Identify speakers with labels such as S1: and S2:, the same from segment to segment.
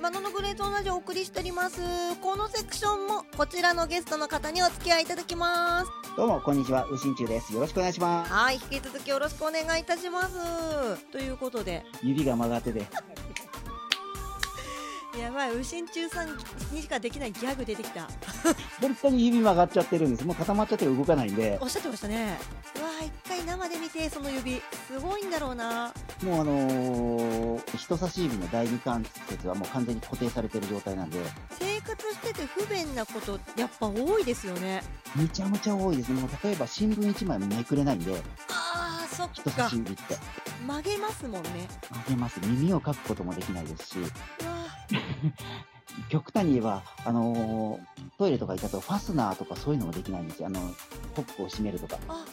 S1: マノのグレート同じお送りしておりますこのセクションもこちらのゲストの方にお付き合いいただきます
S2: どうも、こんにちは。ウシンチュウです。よろしくお願いします。
S1: はい引き続きよろしくお願いいたしますということで
S2: 指が曲がってて。
S1: やばい右心中さんにしかできないギャグ出てきた
S2: 本当に指曲がっちゃってるんです。もう固まっちゃって動かないんで、
S1: おっしゃってましたねうわあ一回生で見てその指すごいんだろうな
S2: もうあのー人差し指の第二関節はもう完全に固定されてる状態なんで、
S1: 生活してて不便なことやっぱ多いですよね
S2: むちゃむちゃ多いですね。もう例えば新聞一枚めくれないんで、
S1: あーそ
S2: 人
S1: っ
S2: 差
S1: か
S2: し指って。
S1: 曲げますもんね
S2: 曲げます。耳をかくこともできないですし、
S1: うわ
S2: 極端に言えば、あのートイレとか行ったとファスナーとかそういうのもできないんですよ。あの、ホックを閉めるとか。
S1: あ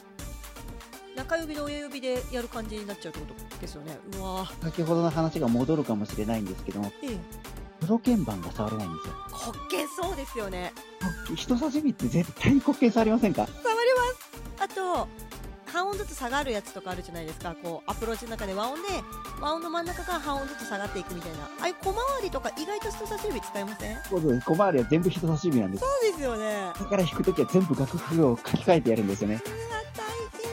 S1: 中指と親指でやる感じになっちゃうってことですよねうわー
S2: 先ほどの話が戻るかもしれないんですけども、
S1: ええ
S2: プロ鍵盤が触れないんですよ。
S1: こけそうですよね
S2: 人差し指って絶対に滑稽さありませんか
S1: 触れますあと半音ずつ下がるやつとかあるじゃないですかこうアプローチの中で和音で和音の真ん中から半音ずつ下がっていくみたいなああいう小回りとか意外と人差し指使いませんそ
S2: そうです小回りは全部人差し指なんです
S1: うですよね
S2: だから弾くときは全部楽譜を書き換えてやるんですよね
S1: うわ大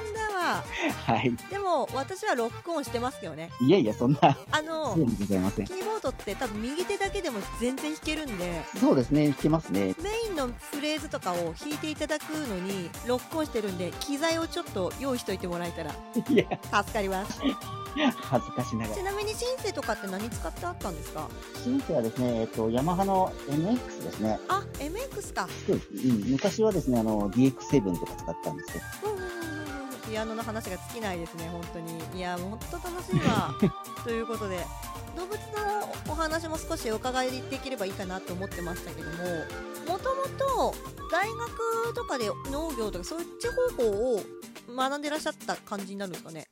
S1: 変だわ
S2: はい
S1: でも私はロックオンしてますよね
S2: いやいやそんな
S1: あの
S2: そうでございません
S1: キーボードって多分右手だけでも全然弾けるんで
S2: そうですね弾けますね
S1: メインのフレーズとかを弾いていただくのにロックオンしてるんで機材をちょっと用意しといてもらえたら
S2: いや
S1: 助かります
S2: 恥ずかしながら
S1: ちなみにシンセとかって何使ってあったんですか
S2: シンセはですねえっとヤマハの MX ですね
S1: あ MX か
S2: そうです、うん、昔はですねあの DX7 とか使ったんですけど
S1: うんうんうんうんピアノの話が尽きないですね本当にいやもう本当楽しい わということで動物のお話も少しお伺いできればいいかなと思ってましたけどももともと大学とかで農業とかそっち方向を学んでらっしゃった感じになるんですかね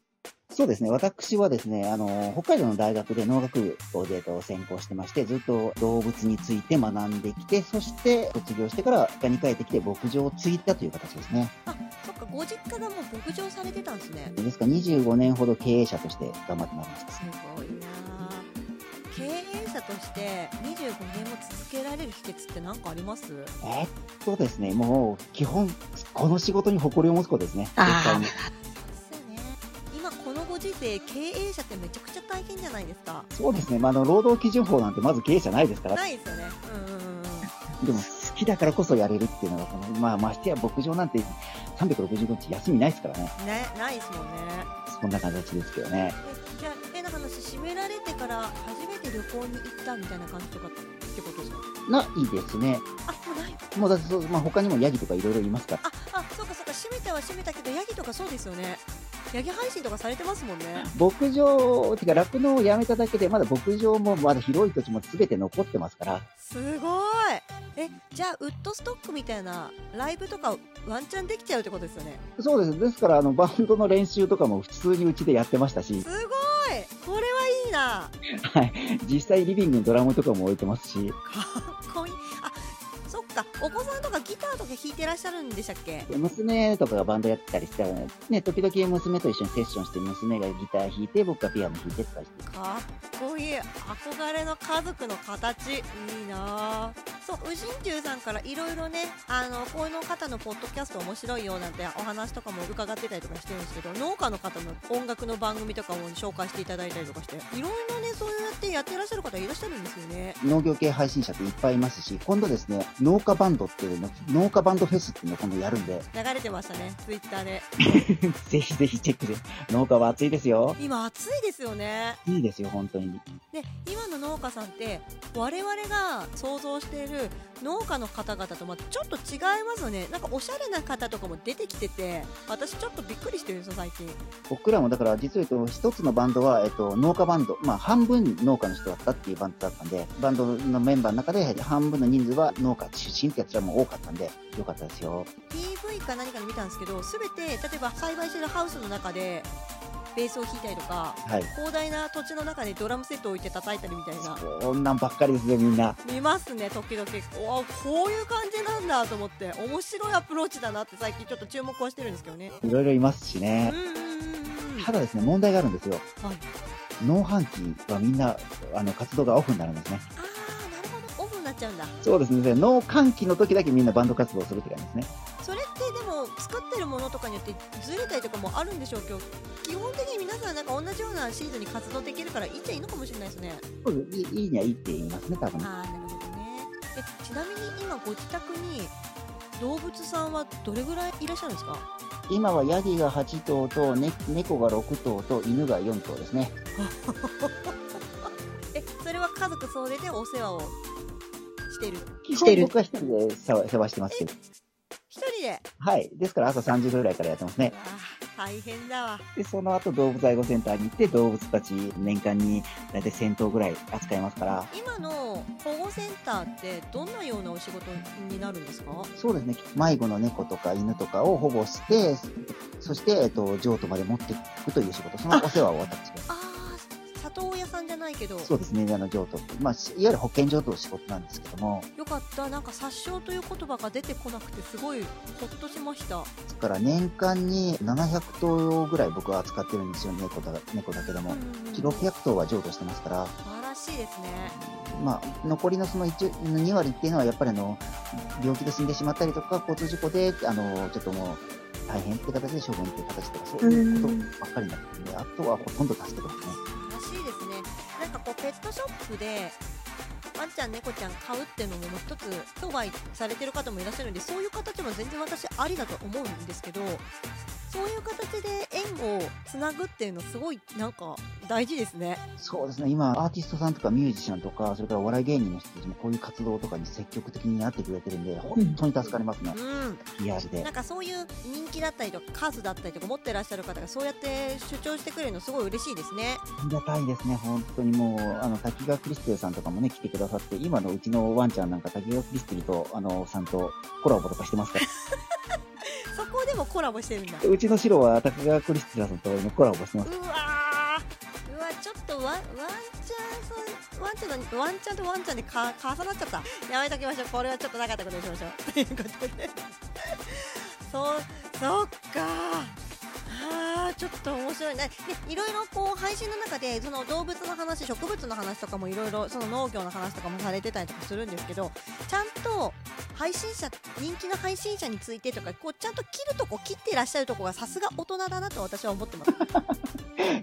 S2: そうですね私はですねあの北海道の大学で農学部をえっと専攻してましてずっと動物について学んできてそして卒業してから実家に帰ってきて牧場を継いだという形ですね
S1: あそっかご実家がもう牧場されてたんですね
S2: ですから25年ほど経営者として頑張ってまいりました。
S1: すごいなあ経営者として25年も続けられる秘訣って何かあります
S2: えっとですね、もう基本、この仕事に誇りを持つことですね。
S1: あー
S2: 絶対に。
S1: そうね今このご時世経営者ってめちゃくちゃ大変じゃないですか
S2: そうですね、まあ、あの、労働基準法なんてまず経営者ないですから、
S1: ないですよねうんうんうんうん
S2: でも好きだからこそやれるっていうのが、この、まあ、ましてや牧場なんて365日休みないですからね。
S1: ねないですもんね
S2: そんな形ですけどね。
S1: えじゃあ変な話閉められてから初めて旅行に行ったみたいな感じとかってことですか
S2: ないですね。
S1: あもうない
S2: もうだってそう、まあ、他にもヤギとかいろいろいますから。
S1: ああそうかそうか閉めたは閉めたけどヤギとかそうですよねヤギ配信とかされてますもんね
S2: 牧場、てか酪農をやめただけで、まだ牧場もまだ広い土地も全て残ってますから、
S1: すごいえじゃあウッドストックみたいなライブとかワンチャンできちゃうってことですよね
S2: そうです。ですから、あの、バンドの練習とかも普通にうちでやってましたし
S1: す、ごいこれはいいな
S2: はい。実際リビングにドラムとかも置いてますし、
S1: かっこいいあそっかお子さんとかギターとか弾いてらっしゃるんでしたっけ
S2: 娘とかがバンドやってたりしたら、ね、時々娘と一緒にセッションして、娘がギター弾いて、僕がピアノ弾いてとかして。
S1: かっこいい憧れの家族の形いいなあそう宇神宮さんからいろいろねあのこの方のポッドキャスト面白いよなんてお話とかも伺ってたりとかしてるんですけど農家の方の音楽の番組とかも紹介していただいたりとかしていろいろねそうやってやってらっしゃる方いらっしゃるんですよね
S2: 農業系配信者っていっぱいいますし、今度ですね、農家バンドっていうの、農家バンドフェスっていうのを今度やるんで、
S1: 流れてましたねツイッターで
S2: ぜひぜひチェックで。農家は熱いですよ。
S1: 今暑いですよね
S2: いいですよ、本当に。
S1: で今の農家さんって我々が想像している農家の方々とまたちょっと違いますよねなんかおしゃれな方とかも出てきてて私ちょっとびっくりしてるんですよ最近
S2: 僕らもだから実は言うと一つのバンドは、えっと、農家バンド、まあ、半分農家の人だったっていうバンドだったんでバンドのメンバーの中で半分の人数は農家出身ってやつらも多かったんでよかったですよ
S1: PV か何かで見たんですけど全て例えば栽培してるハウスの中でベースを弾いたりとか
S2: はい
S1: 広大な土地の中でドラムセットを置いて叩いたりみたいな
S2: そんなんばっかりですねみんな
S1: 見ますね時々おーこういう感じなんだと思って面白いアプローチだなって最近ちょっと注目はしてるんですけどね
S2: いろいろいますし
S1: うん
S2: ね
S1: うんうんうん
S2: ただですね問題があるんですよ
S1: はい
S2: 農繁期はみんなあの活動がオフになるんですね
S1: あっちゃうんだ
S2: そうですね。農歓喜の時だけみんなバンド活動をするって感じですね。
S1: それってでも作ってるものとかによってずれたりとかもあるんでしょうけど基本的に皆さんなんか同じようなシーズンに活動できるからいいっちゃいいのかもしれないですね。
S2: そうですいいいいにはいいって言いますね、多
S1: あー
S2: 分。
S1: なるほどねえちなみに今ご自宅に動物さんはどれぐらいいらっしゃるんですかあ
S2: 今はヤギが8頭と、ね、猫が6頭と犬が4頭ですね。
S1: えそれは家族総出でお世話をしてる
S2: 基
S3: して
S2: 本
S3: る
S2: 僕は一人で世話世話してますけど。
S1: 一人で
S2: はい。ですから朝3時ぐらいからやってます
S1: あ
S2: ね。
S1: 大変だわ
S2: で、その後動物愛護センターに行って動物たち年間に大体1000頭ぐらい扱いますから。
S1: 今の保護センターってどんなようなお仕事になるんですか
S2: そうですね。迷子の猫とか犬とかを保護して、そして、えっと、譲渡まで持っていくという仕事。そのお世話を私が。
S1: あー里親さんじゃないけど
S2: そうですね。あの、譲渡って。まあ、しいわゆる保険譲渡の仕事なんですけども。
S1: よかったなんか殺傷という言葉が出てこなくてすごいほっとしました
S2: ですから年間に700頭ぐらい僕は扱ってるんですよ、猫だ猫だけども。600頭は譲渡してますから、
S1: 素晴らしいですね
S2: まあ、残りのその1 2割っていうのはやっぱりあの、病気で死んでしまったりとか、交通事故で、あの、ちょっともう、大変って形で処分っていう形とか、そういうことばっかりになってるんで、あとはほとんど助けてますね。
S1: らしいですねなんかこうペットショップでワンちゃん猫ちゃん買うっていうのももう一つ商売されてる方もいらっしゃるんでそういう形も全然私ありだと思うんですけどそういう形で縁をつなぐっていうのすごいなんか大事ですね
S2: そうですね、今、アーティストさんとかミュージシャンとか、それからお笑い芸人の人たちもこういう活動とかに積極的になってくれてるんで、本当に助かりますね、
S1: う
S2: PR
S1: ん
S2: で
S1: なん。かそういう人気だったりとか数だったりとか持ってらっしゃる方がそうやって主張してくれるのすごい嬉しいですね
S2: ありがたいですね、本当にもう、あの、滝川クリステルさんとかもね、来てくださって、今のうちのワンちゃんなんか滝川クリステルと、あの、さんとコラボとかしてますから、
S1: そこでもコラボしてるんだ
S2: うちのシロは滝川クリステルさんとコラボしてます。
S1: うわーうわちょっとワンワンチャンさんワンちゃんのワンちゃんとワンちゃんでか重なっちゃったやめときましょうこれはちょっとなかったことにしましょうと いうことでそうそっかあーちょっと面白いねでいろいろこう配信の中でその動物の話植物の話とかもいろいろその農業の話とかもされてたりとかするんですけどちゃんと配信者人気の配信者についてとかこうちゃんと切るとこ切ってらっしゃるとこがさすが大人だなと私は思ってます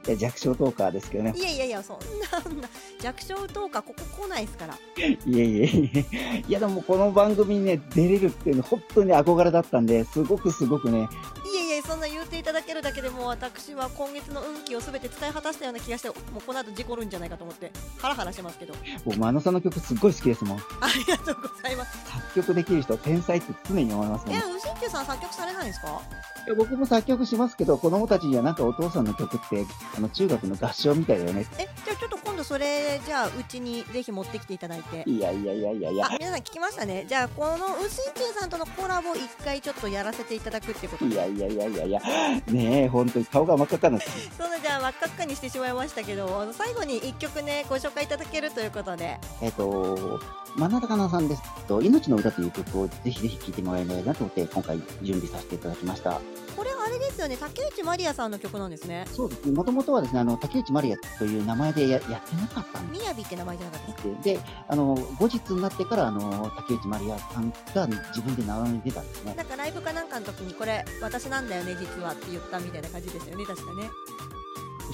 S2: いや弱小トーカーですけどね。
S1: いやいやいや、そんな、そんな弱小等か、ここ来ないですから。
S2: いえいえいえ。いや、でもこの番組にね、出れるっていうの、本当に憧れだったんで、すごくすごくね、
S1: いやいや、そんな言っていただけるだけでもう、私は今月の運気をすべて使い果たしたような気がして、もうこの後事故るんじゃないかと思って、ハラハラしてますけ ど。
S2: 僕、真野さんの曲すっごい好きですもん。
S1: ありがとうございます。
S2: 作曲できる人、天才って常に思いますも
S1: え、
S2: ん。い
S1: ウシンキュさん作曲されないんですか
S2: や僕も作曲しますけど、子供たちにはなんかお父さんの曲って、あの、中学の合唱みたいだよね。
S1: え、じゃあちょっと今度それ、じゃあ、うちにぜひ持ってきていただいて。
S2: いやいやいやいやいや
S1: あ、。皆さん聞きましたね。じゃあ、このウシンキュさんとのコラボ一回ちょっとやらせていただくってこと
S2: い
S1: で。
S2: やいやいやいやいや、ねえ、本当に顔が真っ赤っかになってる。
S1: そのじゃあ、真っ赤っかにしてしまいましたけど、あの最後に一曲ね、ご紹介いただけるということで。
S2: えっと、真ん中かなさんですと、命の歌という曲をぜひぜひ聴いてもらえないなと思って、今回準備させていただきました。
S1: これあれですよね竹内まりやさんの曲なんですね
S2: そうですね、もともとはですね、あの、竹内まりやという名前でややってなかったん
S1: みやびって名前じゃなかったですか
S2: でで、あの、後日になってから、あの、竹内まりやさんが自分で名前に出たんですね。
S1: なんかライブかなんかの時にこれ私なんだよね実はって言ったみたいな感じでしたよね確かね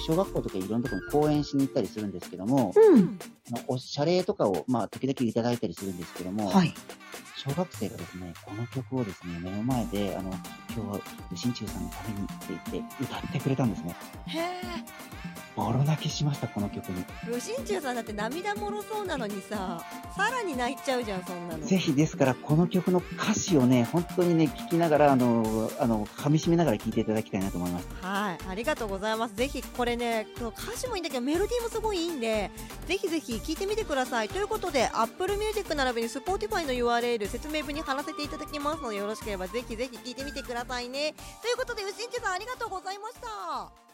S2: 小学校とかいろんなところに講演しに行ったりするんですけども、
S3: うん。
S2: あのお謝礼とかを、まあ、時々いただいたりするんですけども、
S3: はい。
S2: 小学生がですね、この曲をですね、目の前で、あの、今日は、新中さんのためにって言って、歌ってくれたんですね。
S1: へ
S2: ボロ泣きしました、この曲に。
S1: え無心中さんだって涙もろそうなのにささらに泣いちゃうじゃんそんなの
S2: ぜひですから、この曲の歌詞をね、本当にね、聞きながら、あの、あの、噛み締めながら聴いていただきたいなと思います。
S1: はいありがとうございますぜひこれねこの歌詞もいいんだけどメロディーもすごいいいんでぜひぜひ聴いてみてくださいということで Apple Music 並びに Spotify の URL 説明文に貼らせていただきますのでよろしければぜひぜひ聴いてみてくださいねということでうしんちゅさんありがとうございました